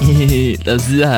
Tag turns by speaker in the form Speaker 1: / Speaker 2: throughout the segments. Speaker 1: 嘿嘿， 老师好，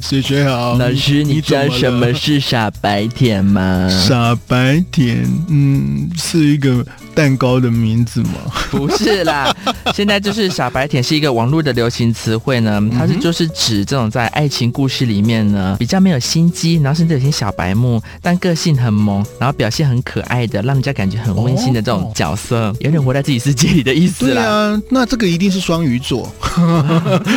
Speaker 2: 谁学好？
Speaker 1: 老师，你知道
Speaker 2: 怎
Speaker 1: 什么
Speaker 2: 了
Speaker 1: 是傻白甜吗？
Speaker 2: 傻白甜？嗯，是一个蛋糕的名字吗？
Speaker 1: 不是啦，现在就是傻白甜是一个网络的流行词汇呢，
Speaker 2: 嗯
Speaker 1: 它是就是指这种在爱情故事里面呢比较没有心机，然后甚至有些小白目，但个性很萌，然后表现很可爱的，让人家感觉很温馨的这种角色，有点活在自己世界里的意思
Speaker 2: 哦对
Speaker 1: 啦。
Speaker 2: 啊，那这个一定是双鱼 座，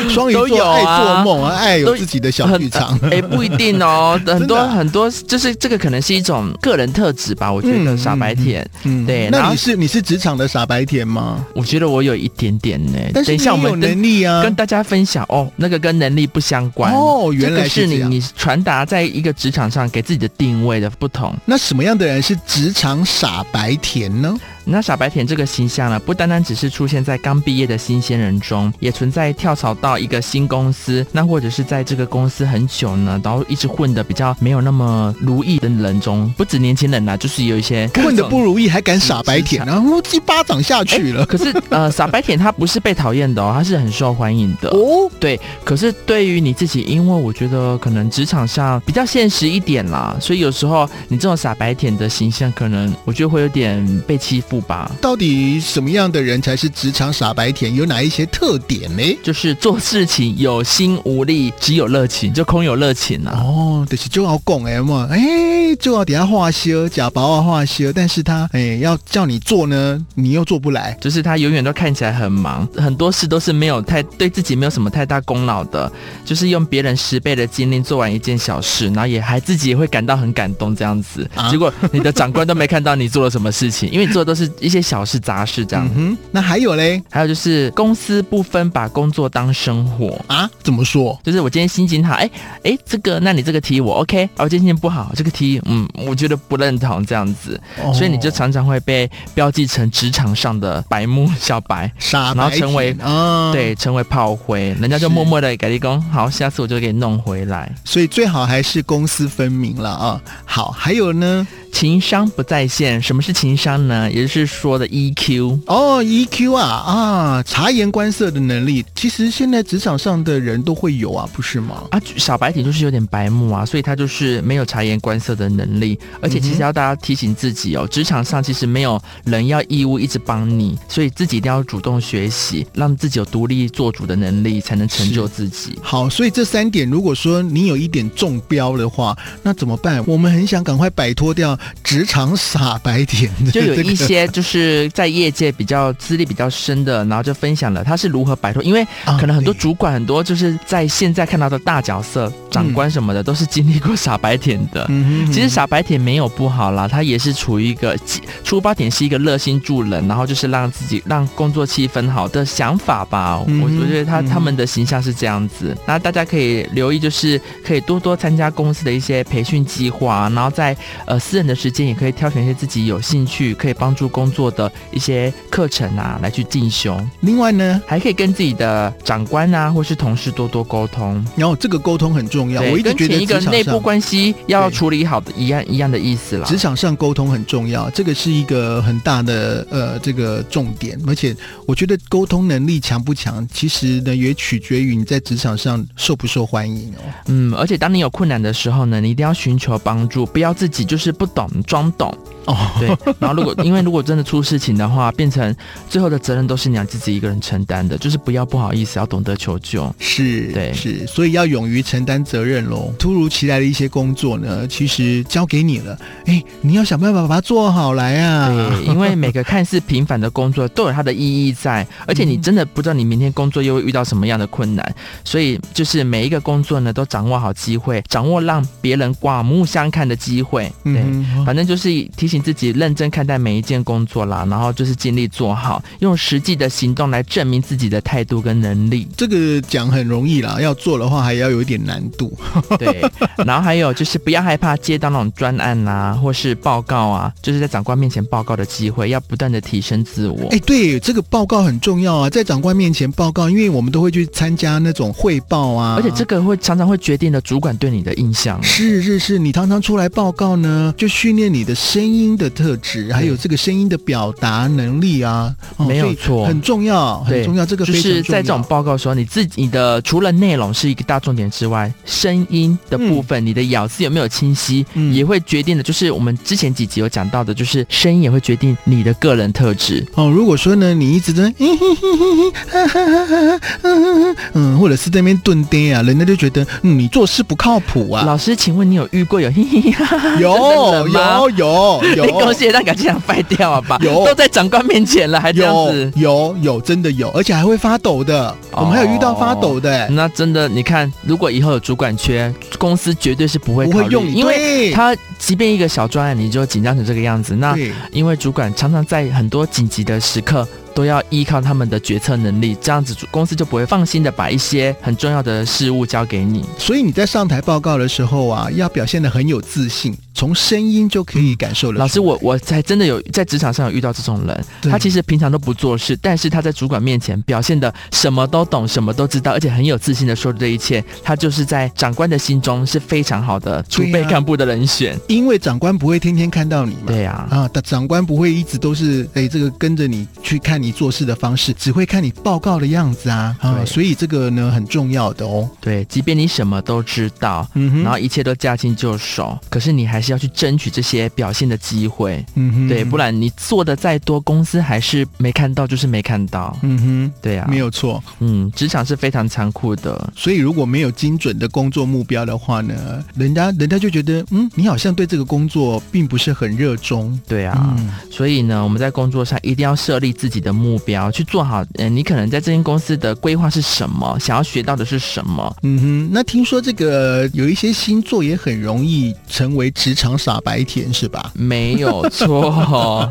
Speaker 2: 双鱼
Speaker 1: 都有
Speaker 2: 座
Speaker 1: 啊
Speaker 2: 爱做梦啊，爱有
Speaker 1: 都
Speaker 2: 自己的小剧场。
Speaker 1: 哎、不一定哦，很
Speaker 2: 真的
Speaker 1: 多
Speaker 2: 啊
Speaker 1: 很多，就是这个可能是一种个人特质吧。我觉得
Speaker 2: 嗯
Speaker 1: 傻白甜，
Speaker 2: 嗯
Speaker 1: 对然
Speaker 2: 那
Speaker 1: 后
Speaker 2: 你是你是职场的傻白甜吗？
Speaker 1: 我觉得我有一点点呢、
Speaker 2: 但是
Speaker 1: 等一
Speaker 2: 你
Speaker 1: 下我
Speaker 2: 有
Speaker 1: 们跟
Speaker 2: 能力啊，
Speaker 1: 跟大家分享哦，那个跟能力不相关
Speaker 2: 哦原来
Speaker 1: 这
Speaker 2: 是
Speaker 1: 个
Speaker 2: 这
Speaker 1: 是
Speaker 2: 样
Speaker 1: 你你传达在一个职场上给自己的定位的不同。
Speaker 2: 那什么样的人是职场傻白甜呢？
Speaker 1: 那傻白甜这个形象呢，不单单只是出现在刚毕业的新鲜人中，也存在跳槽到一个新公司，那或者是在这个公司很久呢，然后一直混的比较没有那么如意的人中，不止年轻人啦、啊就是有一些
Speaker 2: 混
Speaker 1: 各
Speaker 2: 得
Speaker 1: 种
Speaker 2: 不如意还敢傻白甜，然后一巴掌下去了。
Speaker 1: 可是呃，傻白甜他不是被讨厌的哦，他是很受欢迎的。
Speaker 2: 哦，
Speaker 1: 对，可是对于你自己，因为我觉得可能职场上比较现实一点啦，所以有时候你这种傻白甜的形象，可能我觉得会有点被欺负吧。
Speaker 2: 到底什么样的人才是职场傻白甜？有哪一些特点呢？
Speaker 1: 就是做事情有心无力，只有热情，就空有热情啊。
Speaker 2: 哦，就是就要讲哎嘛，哎，就要底下画修，假薄啊画修，但是他哎要叫你做呢，你又做不来。
Speaker 1: 就是他永远都看起来很忙，很多事都是没有太对自己没有什么太大功劳的，就是用别人十倍的精力做完一件小事，然后也还自己也会感到很感动这样子。
Speaker 2: 啊
Speaker 1: 结果你的长官都没看到你做了什么事情，因为你做的都是一些小事杂事这样
Speaker 2: 嗯。哼，那还有嘞
Speaker 1: 还有就是公私不分，把工作当生活。
Speaker 2: 啊？怎么说？
Speaker 1: 就是我今天心情好，哎哎，这个，那你这个提议我 OK，啊，我今天心情不好，这个提议，嗯，我觉得不认同这样子，
Speaker 2: 哦
Speaker 1: 所以你就常常会被标记成职场上的白目小白，
Speaker 2: 傻
Speaker 1: 然
Speaker 2: 白
Speaker 1: 后成为
Speaker 2: 甜啊，
Speaker 1: 对，，成为炮灰，人家就是默默的改立功，好，下次我就给你弄回来。
Speaker 2: 所以最好还是公私分明了啊。好，还有呢？
Speaker 1: 情商不在线，什么是情商呢？也就是说的 E EQ。
Speaker 2: 哦，EQ 啊啊，察言观色的能力，其实现在职场上的人都会有啊，不是吗？
Speaker 1: 啊，小白点就是有点白目啊，所以他就是没有察言观色的能力，而且
Speaker 2: 嗯
Speaker 1: 其实要大家提醒自己哦，职场上其实没有人要义务一直帮你，所以自己一定要主动学习，让自己有独立做主的能力，才能成就自己。
Speaker 2: 好，所以这三点，如果说你有一点中标的话，那怎么办？我们很想赶快摆脱掉职场傻白甜的
Speaker 1: 就有
Speaker 2: 这个
Speaker 1: 一些就是在业界比较资历比较深的，然后就分享了他是如何摆脱，因为
Speaker 2: 啊
Speaker 1: 可能很多
Speaker 2: 对
Speaker 1: 主管很多就是在现在看到的大角色、长官什么的，都是经历过傻白甜的。
Speaker 2: 嗯哼
Speaker 1: 其实傻白甜没有不好啦，他也是处于一个出发点是一个热心助人，然后就是让自己让工作气氛好的想法吧。
Speaker 2: 嗯
Speaker 1: 我
Speaker 2: 哼
Speaker 1: 我觉得他
Speaker 2: 嗯哼
Speaker 1: 他们的形象是这样子，那大家可以留意，就是可以多多参加公司的一些培训计划，然后在呃私人的时间也可以挑选一些自己有兴趣可以帮助工作的一些课程啊来去进修，
Speaker 2: 另外呢，
Speaker 1: 还可以跟自己的长官啊或是同事多多沟通。
Speaker 2: 然后这个沟通很重要，
Speaker 1: 对
Speaker 2: 我一直
Speaker 1: 跟
Speaker 2: 觉
Speaker 1: 前
Speaker 2: 得
Speaker 1: 一个
Speaker 2: 职
Speaker 1: 内
Speaker 2: 场
Speaker 1: 部
Speaker 2: 上。
Speaker 1: 关系要
Speaker 2: 对
Speaker 1: 处理好的一样一样的意思啦。
Speaker 2: 职场上沟通很重要，这个是一个很大的呃这个重点，而且我觉得沟通能力强不强，其实呢也取决于你在职场上受不受欢迎哦。
Speaker 1: 嗯，而且当你有困难的时候呢，你一定要寻求帮助，不要自己就是不懂装懂。
Speaker 2: 哦，
Speaker 1: 对，然后如果因为如果真的出事情的话，变成最后的责任都是你要自己一个人承担的，就是不要不好意思，要懂得求救。
Speaker 2: 是，
Speaker 1: 对
Speaker 2: 是，所以要勇于承担责任喽。突如其来的一些工作呢，其实交给你了，哎，你要想办法把它做好来啊。
Speaker 1: 对，因为每个看似平凡的工作都有它的意义在，而且你真的不知道你明天工作又会遇到什么样的困难，所以就是每一个工作呢，都掌握好机会，掌握让别人刮目相看的机会。对。
Speaker 2: 嗯哼，。
Speaker 1: 反正就是提醒自己认真看待每一件工作啦，然后就是尽力做好，用实际的行动来证明自己的态度跟能力
Speaker 2: 这个讲很容易啦，要做的话还要有一点难度。
Speaker 1: 对，然后还有就是不要害怕接到那种专案啊，或是报告啊，就是在长官面前报告的机会，要不断的提升自我。
Speaker 2: 哎，对，这个报告很重要啊，在长官面前报告，因为我们都会去参加那种汇报啊，
Speaker 1: 而且这个会常常会决定了主管对你的印象。
Speaker 2: 是是是，你常常出来报告呢，就训练你的声音的特质，还有这个声音的表达能力啊，哦
Speaker 1: 没有
Speaker 2: 所以
Speaker 1: 错
Speaker 2: 很重要，很
Speaker 1: 对
Speaker 2: 重要。这个
Speaker 1: 就
Speaker 2: 非常
Speaker 1: 是在这
Speaker 2: 重要
Speaker 1: 种报告的时候，你自己的除了内容是一个大重点之外，声音的部分，你的咬字有没有清晰，
Speaker 2: 嗯
Speaker 1: 也会决定的。就是我们之前几集有讲到的，就是声音也会决定你的个人特质。
Speaker 2: 哦，如果说呢，你一直在那 边，嗯哼哼哼哼哈哈哈哈嗯哼哼嗯，或者是在那边顿跌啊，人家就觉得嗯你做事不靠谱啊。
Speaker 1: 老师，请问你有遇过有嘿嘿哈哈
Speaker 2: 有
Speaker 1: 真的吗哎
Speaker 2: 有有 有
Speaker 1: 被狗血蛋感就想掰掉啊吧？
Speaker 2: 有
Speaker 1: 都在长官面前了，还这样
Speaker 2: 有
Speaker 1: 子。哦
Speaker 2: 有有，真的有，而且还会发抖的。我们还有遇到发抖的、欸，
Speaker 1: 那真的，你看，如果以后有主管缺，公司绝对是不会
Speaker 2: 不
Speaker 1: 考
Speaker 2: 会
Speaker 1: 虑，
Speaker 2: 用你，
Speaker 1: 因为
Speaker 2: 为
Speaker 1: 他即便一个小专案，你就紧张成这个样子，那
Speaker 2: 对
Speaker 1: 因为主管常常在很多紧急的时刻都要依靠他们的决策能力，这样子主公司就不会放心的把一些很重要的事物交给你。
Speaker 2: 所以你在上台报告的时候啊，要表现的很有自信，从声音就可以感受
Speaker 1: 嗯
Speaker 2: 了。
Speaker 1: 老师，我我才真的有在职场上有遇到这种人，
Speaker 2: 对
Speaker 1: 他其实平常都不做事，但是他在主管面前表现的什么都懂，什么都知道，而且很有自信的说这一切，他就是在长官的心中是非常好的储备干部的人选。
Speaker 2: 因为长官不会天天看到你嘛。
Speaker 1: 对呀、
Speaker 2: 嗯啊，但长官不会一直都是哎，这个跟着你去看你做事的方式，只会看你报告的样子啊啊，
Speaker 1: 对
Speaker 2: 所以这个呢很重要的哦。
Speaker 1: 对，即便你什么都知道，
Speaker 2: 嗯哼
Speaker 1: 然后一切都驾轻就熟，可是你还是要去争取这些表现的机会。
Speaker 2: 嗯哼
Speaker 1: 对，不然你做的再多，公司还是没看到，就是没看到。
Speaker 2: 嗯
Speaker 1: 对啊
Speaker 2: 哼，，没有错。
Speaker 1: 嗯，职场是非常残酷的。
Speaker 2: 所以如果没有精准的工作目标的话呢，人家人家就觉得，嗯，你好像对这个工作并不是很热衷
Speaker 1: 对啊，所以呢，我们在工作上一定要设立自己的目标，去做好。嗯、你可能在这间公司的规划是什么，想要学到的是什么？
Speaker 2: 嗯哼，那听说这个有一些星座也很容易成为职场傻白甜，是吧？
Speaker 1: 没有 错，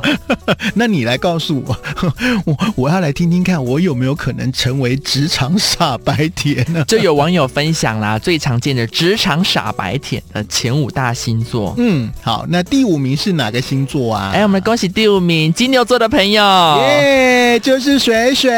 Speaker 2: 那你来告诉我， 我我要来听听看，我有没有可能成为职场傻白甜呢？
Speaker 1: 就有网友分享啦，最常见的职场傻白甜的前五大星座。
Speaker 2: 嗯，好，那第五名是哪个星座啊？
Speaker 1: 哎，我啊们恭喜第五名金牛座的朋友。
Speaker 2: 耶就是水
Speaker 1: 嗯
Speaker 2: 水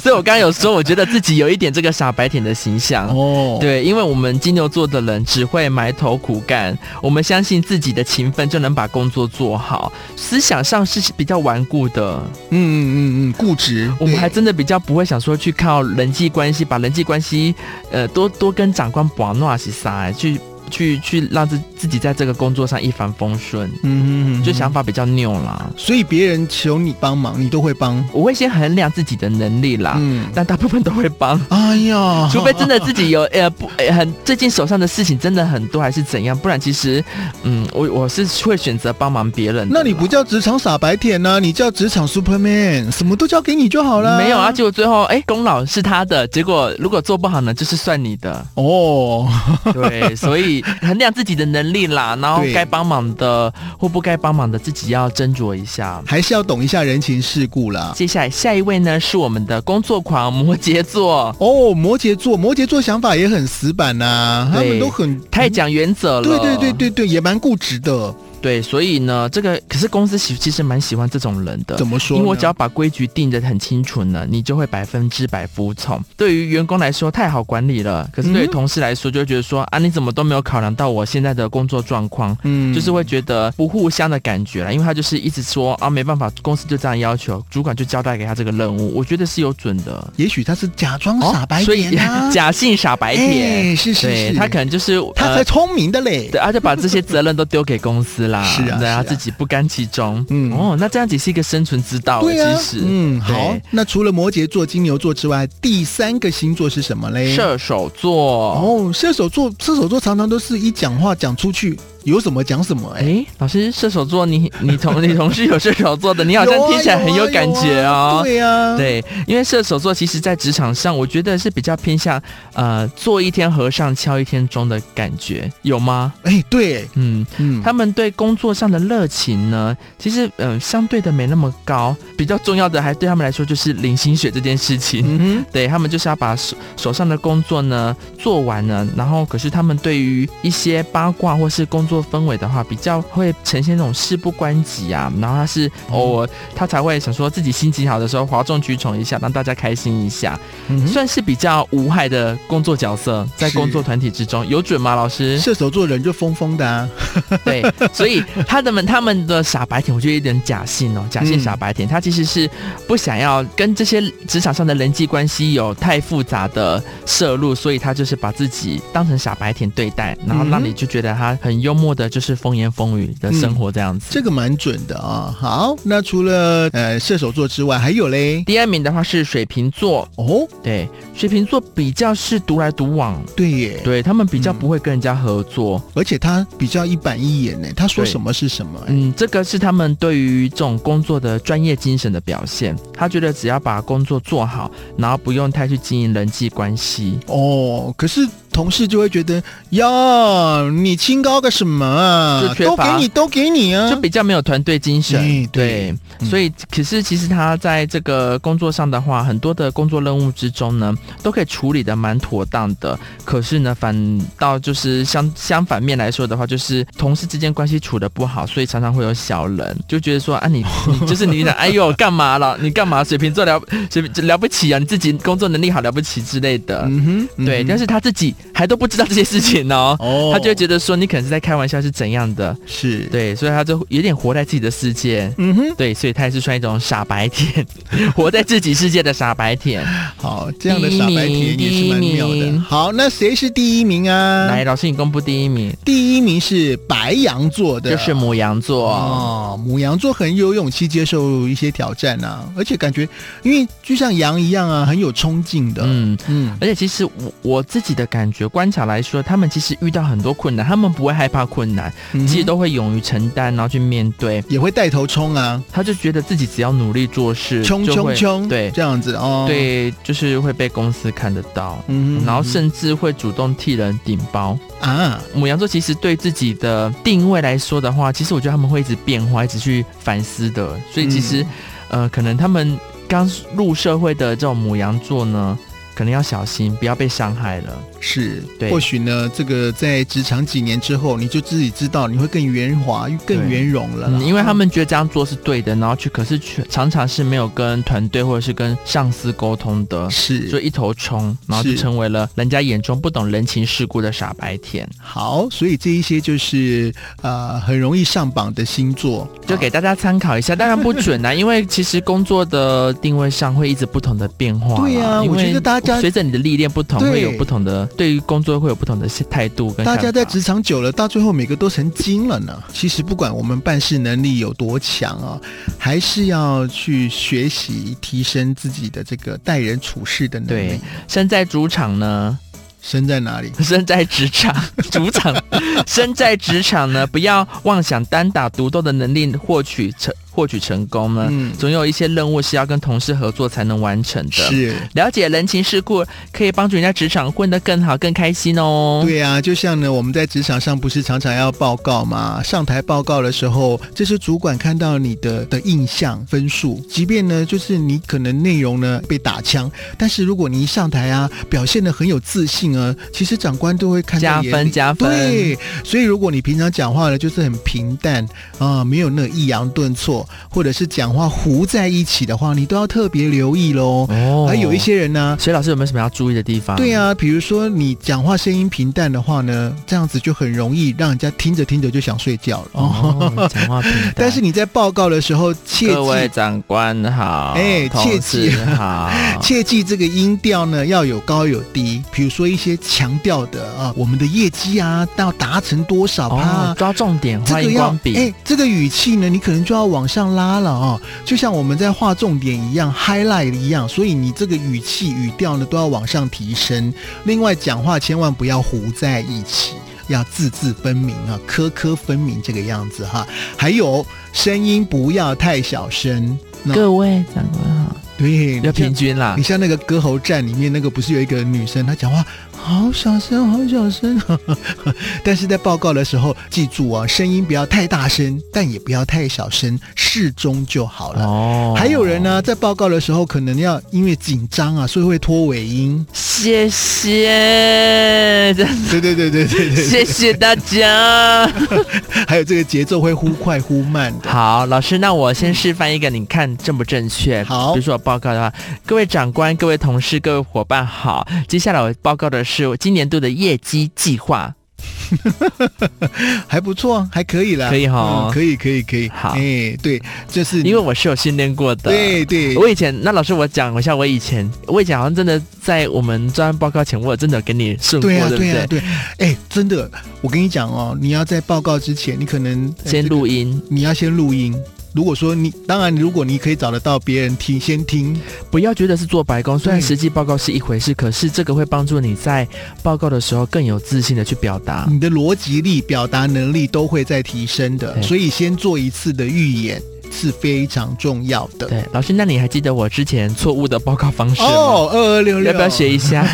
Speaker 1: 所以我刚刚有说，我觉得自己有一点这个傻白甜的形象。
Speaker 2: 哦，
Speaker 1: 对，因为我们金牛座的人只会埋头苦干，我们相信自己的勤奋就能把工作做好，思想上是比较顽固的。
Speaker 2: 嗯嗯嗯嗯，固执，
Speaker 1: 我们
Speaker 2: 对
Speaker 1: 还真的比较不会想说去靠人际关系，把人际关系，呃，多多跟长官啊把诺西撒，去去去让自自己在这个工作上一帆风顺，
Speaker 2: 嗯嗯嗯，
Speaker 1: 就想法比较拗啦。
Speaker 2: 所以别人求你帮忙，你都会帮。
Speaker 1: 我会先衡量自己的能力啦，
Speaker 2: 嗯，
Speaker 1: 啊但大部分都会 帮。
Speaker 2: 哎呀，
Speaker 1: 除非真的自己有呃不呃很最近手上的事情真的很多还是怎样，不然其实嗯我我是会选择帮忙别人的啦。
Speaker 2: 那你不叫职场傻白甜呢、你叫职场 Superman，什么都交给你就好了。。
Speaker 1: 没有啊？结果最后哎功劳是他的，结果如果做不好呢，就是算你的
Speaker 2: 哦，
Speaker 1: 对，所以衡量自己的能力啦，然后
Speaker 2: 对
Speaker 1: 该帮忙的或不该帮忙的自己要斟酌一下。
Speaker 2: 还是要懂一下人情世故啦。
Speaker 1: 接下来下一位呢是我们的工作狂摩羯座，
Speaker 2: 哦，摩羯座，摩羯座想法也很死板呐、他
Speaker 1: 对
Speaker 2: 们都很
Speaker 1: 太讲原则了。
Speaker 2: 对对对对对，也蛮固执的。
Speaker 1: 对，所以呢这个可是公司喜其实蛮喜欢这种人的
Speaker 2: 怎。么说
Speaker 1: 因
Speaker 2: 呢？
Speaker 1: 为我只要把规矩定得很清楚呢，你就会百分之百服从。对于员工来说太好管理了，可是对于
Speaker 2: 嗯
Speaker 1: 同事来说就会觉得说、啊，你怎么都没有考量到我现在的工作状况，
Speaker 2: 嗯
Speaker 1: 就是会觉得不互相的感觉了。因为他就是一直说啊，没办法，公司就这样要求，主管就交代给他这个任务，我觉得是有准的。
Speaker 2: 也许他是假装哦傻白
Speaker 1: 哦所以
Speaker 2: 甜啊，
Speaker 1: 假性傻白甜，
Speaker 2: 哎是是
Speaker 1: 对
Speaker 2: 是
Speaker 1: 他可能就是
Speaker 2: 他才
Speaker 1: 呃
Speaker 2: 聪明的嘞。
Speaker 1: 对，而且把这些责任都丢给公司啦，
Speaker 2: 是啊
Speaker 1: 对
Speaker 2: 是啊
Speaker 1: 他自己不甘其中。
Speaker 2: 嗯
Speaker 1: 哦，那这样子是一个生存之道，
Speaker 2: 对啊
Speaker 1: 其实，，
Speaker 2: 嗯，好
Speaker 1: 对。
Speaker 2: 那除了摩羯座、金牛座之外，第三个星座是什么嘞？
Speaker 1: 射手座。
Speaker 2: 哎哦，射手座，射手座常常都是一讲话讲出去，有什么讲什么、哎、
Speaker 1: 哎，老师，射手座，你你同你同事有射手座的，你好像
Speaker 2: 啊
Speaker 1: 听起来很
Speaker 2: 有啊
Speaker 1: 感觉
Speaker 2: 有啊
Speaker 1: 哦。
Speaker 2: 对呀、啊，，
Speaker 1: 对，因为射手座其实在职场上，我觉得是比较偏向呃做一天和尚敲一天钟的感觉，有吗？
Speaker 2: 哎、对，
Speaker 1: 嗯，
Speaker 2: 嗯，
Speaker 1: 他们对工作上的热情呢，其实嗯、呃相对的没那么高。比较重要的还对他们来说就是领薪水这件事情。
Speaker 2: 嗯哼，
Speaker 1: 对他们就是要把手手上的工作呢做完了，然后可是他们对于一些八卦或是工作作氛围的话，比较会呈现那种事不关己啊，然后他是偶尔他才会想说自己心情好的时候哗众取宠一下，让大家开心一下，
Speaker 2: 嗯哼
Speaker 1: 算是比较无害的工作角色，在
Speaker 2: 是
Speaker 1: 工作团体之中有准吗？老师，
Speaker 2: 射手座人就疯疯的啊，
Speaker 1: 对，所以他的们他们的傻白甜，我觉得有点假性哦，假性傻白甜，他其实是不想要跟这些职场上的人际关系有太复杂的摄入，所以他就是把自己当成傻白甜对待，然后让你就觉得他很幽默的，就是风言风语的生活这样子。
Speaker 2: 这个蛮准的啊。好，那除了呃射手座之外，还有嘞
Speaker 1: 第二名的话是水瓶座，
Speaker 2: 哦，
Speaker 1: 对，水瓶座比较是独来独往，
Speaker 2: 对耶，
Speaker 1: 对他们比较不会跟人家合作，
Speaker 2: 而且他比较一板一眼呢，他说
Speaker 1: 对
Speaker 2: 什么是什么。
Speaker 1: 嗯，这个是他们对于这种工作的专业精神的表现。他觉得只要把工作做好，然后不用太去经营人际关系。
Speaker 2: 哦，可是同事就会觉得，哟，你清高个什么啊
Speaker 1: 就？缺
Speaker 2: 都给
Speaker 1: 乏
Speaker 2: 你，都给你啊！
Speaker 1: 就比较没有团队精神，
Speaker 2: 嗯对嗯
Speaker 1: 所以可是其实他在这个工作上的话，很多的工作任务之中呢，都可以处理的蛮妥当的。可是呢，反倒就是相相反面来说的话，就是同事之间关系处的不好，所以常常会有小人就觉得说啊你，你就是你想，哎呦干嘛了？ 你干嘛？水瓶座了水瓶了不起啊？你自己工作能力好了不起之类的。
Speaker 2: 嗯哼，
Speaker 1: 呃
Speaker 2: 嗯
Speaker 1: 对，
Speaker 2: 哼
Speaker 1: 但是他自己还都不知道这些事情哦，
Speaker 2: 哦，
Speaker 1: 他就会觉得说你可能是在开玩笑是怎样的，
Speaker 2: 是，
Speaker 1: 对，所以他就有点活在自己的世界。
Speaker 2: 嗯哼，
Speaker 1: 对，所以他也是算一种傻白甜， 活在自己世界的傻白甜。
Speaker 2: 好，这样的傻白甜也是蛮
Speaker 1: 第一
Speaker 2: 妙的。
Speaker 1: 名
Speaker 2: 好，那谁是第一名啊
Speaker 1: 来，？老师，你公布第一名
Speaker 2: 第一名是白羊座的，
Speaker 1: 就是母羊座。
Speaker 2: 啊哦，母羊座很有勇气接受一些挑战啊，而且感觉因为就像羊一样啊，很有冲劲的。嗯
Speaker 1: 嗯，
Speaker 2: 嗯，
Speaker 1: 而且其实我我自己的感觉观察来说，他们其实遇到很多困难，他们不会害怕困难，
Speaker 2: 嗯
Speaker 1: 其实
Speaker 2: 哼
Speaker 1: 都会勇于承担，然后去面对。
Speaker 2: 也会带头冲啊，
Speaker 1: 他就觉得自己只要努力做事，
Speaker 2: 冲
Speaker 1: 就
Speaker 2: 冲
Speaker 1: 会
Speaker 2: 冲，
Speaker 1: 对
Speaker 2: 这样子哦。，
Speaker 1: 对，就是会被公司看得到，
Speaker 2: 嗯
Speaker 1: 然后甚至会主动替人顶包。
Speaker 2: 啊，
Speaker 1: 母羊座其实对自己的定位来说的话，其实我觉得他们会一直变化，一直去反思的。所以其实，呃，可能他们刚入社会的这种母羊座呢，可能要小心，不要被伤害了。
Speaker 2: 是，
Speaker 1: 对
Speaker 2: 或许呢，这个在职场几年之后，你就自己知道，你会更圆滑、更
Speaker 1: 对
Speaker 2: 圆融了啦、
Speaker 1: 嗯，因为他们觉得这样做是对的，然后去，可是却常常是没有跟团队或者是跟上司沟通的。
Speaker 2: 嗯是
Speaker 1: 所以一头冲，然后就是成为了人家眼中不懂人情世故的傻白甜，
Speaker 2: 好，所以这一些就是呃很容易上榜的星座，
Speaker 1: 就给大家参考一下。当然不准 啦、因为其实工作的定位上会一直不同的变化啦。
Speaker 2: 对啊
Speaker 1: 因为
Speaker 2: 我觉得大家
Speaker 1: 随着你的历练不同，
Speaker 2: 对
Speaker 1: 会有不同的对于工作会有不同的态度跟
Speaker 2: 大家
Speaker 1: 看
Speaker 2: 在
Speaker 1: 法
Speaker 2: 职场久了，到最后每个都成精了呢。其实不管我们办事能力有多强啊，还是要去学习提升自己的这个待人处事的能力
Speaker 1: 对。身在主场呢，
Speaker 2: 身在哪里？
Speaker 1: 身在职场， 主场，身在职场呢，不要妄想单打独斗的能力获取成获取成功呢。
Speaker 2: 嗯，
Speaker 1: 总有一些任务是要跟同事合作才能完成的。
Speaker 2: 是。
Speaker 1: 了解人情世故，可以帮助人家职场混得更好、更开心哦。
Speaker 2: 对啊，就像呢，我们在职场上不是常常要报告嘛？上台报告的时候，这是主管看到你的的印象分数，即便呢，就是你可能内容呢被打枪，但是如果你一上台啊，表现的很有自信啊，其实长官都会看在
Speaker 1: 加
Speaker 2: 眼里
Speaker 1: 分加分
Speaker 2: 对，所以如果你平常讲话呢，就是很平淡啊、没有那个抑扬顿挫，或者是讲话糊在一起的话，你都要特别留意喽。
Speaker 1: 哦
Speaker 2: 还有一，些人呢，
Speaker 1: 所以老师有没有什么要注意的地方？
Speaker 2: 对、啊，比如说你讲话声音平淡的话呢，这样子就很容易让人家听着听着就想睡觉了。哦，
Speaker 1: 哦，讲话平淡。
Speaker 2: 但是你在报告的时候，切
Speaker 1: 各位啊
Speaker 2: 记
Speaker 1: 长官好，
Speaker 2: 哎
Speaker 1: 同
Speaker 2: 切
Speaker 1: 事
Speaker 2: 记
Speaker 1: 好，
Speaker 2: 切记这个音调呢要有高有低，比如说一些强调的啊，我们的业绩啊要达成多少趴、
Speaker 1: 哦，抓重点，
Speaker 2: 这
Speaker 1: 欢
Speaker 2: 个
Speaker 1: 迎
Speaker 2: 要
Speaker 1: 光笔。
Speaker 2: 哎，这个语气呢，你可能就要往上拉了哦，就像我们在画重点一样，highlight 一样，所以你这个语气语调呢都要往上提升。另外，讲话千万不要糊在一起，要字字分明啊，颗颗分明这个样子哈。还有声音不要太小声。那
Speaker 1: 各位长官好，
Speaker 2: 对，
Speaker 1: 要
Speaker 2: 你像
Speaker 1: 平均啦
Speaker 2: 你。像那个歌喉战里面那个，不是有一个女生，她讲话好小声，好小声， 但是在报告的时候，记住啊，声音不要太大声，但也不要太小声，适中就好了。
Speaker 1: 哦
Speaker 2: 还有人？呢，在报告的时候可能要因为紧张啊，所以会拖尾音。
Speaker 1: 谢谢，真的
Speaker 2: 对对对对对对，
Speaker 1: 谢谢大 家。
Speaker 2: 还有这个节奏会忽快忽慢的。
Speaker 1: 好，老师，那我先示范一个，你看正不正确？
Speaker 2: 好
Speaker 1: 比如说我报告的话，各位长官、各位同事、各位伙伴好，接下来我报告的是我今年度的业绩计划。
Speaker 2: 还不错，还可以啦，
Speaker 1: 可以哈
Speaker 2: 嗯可以可以可以，
Speaker 1: 好
Speaker 2: 哎、对，就是
Speaker 1: 因为我是有训练过的。
Speaker 2: 对对，
Speaker 1: 我以前，那老师我讲一下，我以前，我以前好像真的在我们专案报告前，我有真的有给你顺过，
Speaker 2: 对啊
Speaker 1: 不
Speaker 2: 对
Speaker 1: 对？
Speaker 2: 啊对，哎、真的，我跟你讲哦，你要在报告之前，你可能呃
Speaker 1: 先
Speaker 2: 这个
Speaker 1: 录音，
Speaker 2: 你要先录音。如果说你，当然，如果你可以找得到别人听，先听，
Speaker 1: 不要觉得是做白工，虽然
Speaker 2: 对
Speaker 1: 实际报告是一回事，可是这个会帮助你在报告的时候更有自信的去表达。
Speaker 2: 你的逻辑力、表达能力都会在提升的。
Speaker 1: 对
Speaker 2: 所以，先做一次的预演是非常重要的。
Speaker 1: 对，老师，那你还记得我之前错误的报告方式吗？
Speaker 2: 哦，二二六
Speaker 1: 要
Speaker 2: 六，
Speaker 1: 不要学一 下，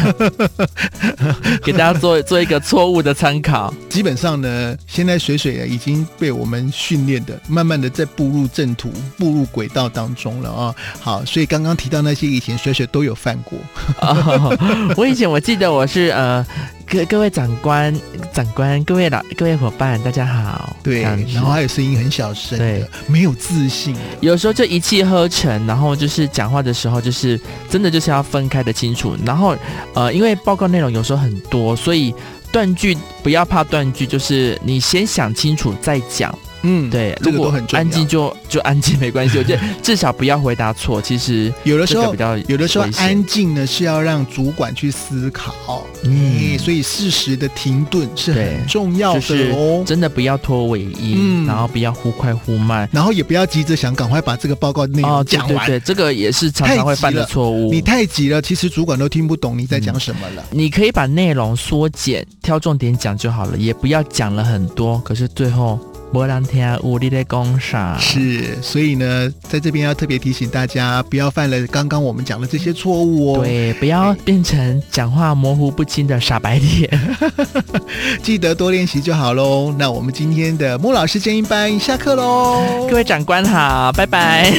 Speaker 1: 给大家做做一个错误的参考？
Speaker 2: 基本上呢，现在水水啊已经被我们训练的，慢慢的在步入正途、步入轨道当中了啊、好，所以刚刚提到那些以前水水都有犯过，
Speaker 1: 哦、 我以前我记得我是呃，各各位长官、长官、各位老、各位伙伴，大家好。
Speaker 2: 对，
Speaker 1: 这样子
Speaker 2: 然后还有声音很小声的
Speaker 1: 对，
Speaker 2: 没有自信的，
Speaker 1: 有时候就一气呵成，然后就是讲话的时候，就是真的就是要分开的清楚。然后呃，因为报告内容有时候很多，所以断句不要怕断句，就是你先想清楚再讲。
Speaker 2: 嗯，
Speaker 1: 对，
Speaker 2: 这
Speaker 1: 如
Speaker 2: 个都
Speaker 1: 果
Speaker 2: 很重要
Speaker 1: 安静就就安静没关系，我觉 得至少不要回答错。其实
Speaker 2: 有的时
Speaker 1: 这个
Speaker 2: 候
Speaker 1: 比。较
Speaker 2: 有的时候
Speaker 1: 危险
Speaker 2: 安静呢是要让主管去思考，
Speaker 1: 嗯
Speaker 2: 嗯，所以适时的停顿是
Speaker 1: 对
Speaker 2: 很重要的
Speaker 1: 就是
Speaker 2: 哦。
Speaker 1: 真的不要拖尾音，
Speaker 2: 嗯
Speaker 1: 然后不要忽快忽慢。
Speaker 2: 然后也不要急着想赶快把这个报告内容
Speaker 1: 哦，对
Speaker 2: 讲
Speaker 1: 对
Speaker 2: 完，
Speaker 1: 对，这个也是常常会犯的错误。
Speaker 2: 你太急了，其实主管都听不懂你在讲
Speaker 1: 嗯
Speaker 2: 什么了。
Speaker 1: 你可以把内容缩减，挑重点讲就好了，也不要讲了很多。可是最后，波浪天无力的攻杀，
Speaker 2: 是，所以呢，在这边要特别提醒大家，不要犯了刚刚我们讲的这些错误哦。
Speaker 1: 对，不要变成讲话模糊不清的傻白脸。
Speaker 2: 记得多练习就好喽。那我们今天的莫老师建议班下课喽，
Speaker 1: 各位长官好，拜拜。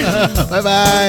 Speaker 2: 拜拜。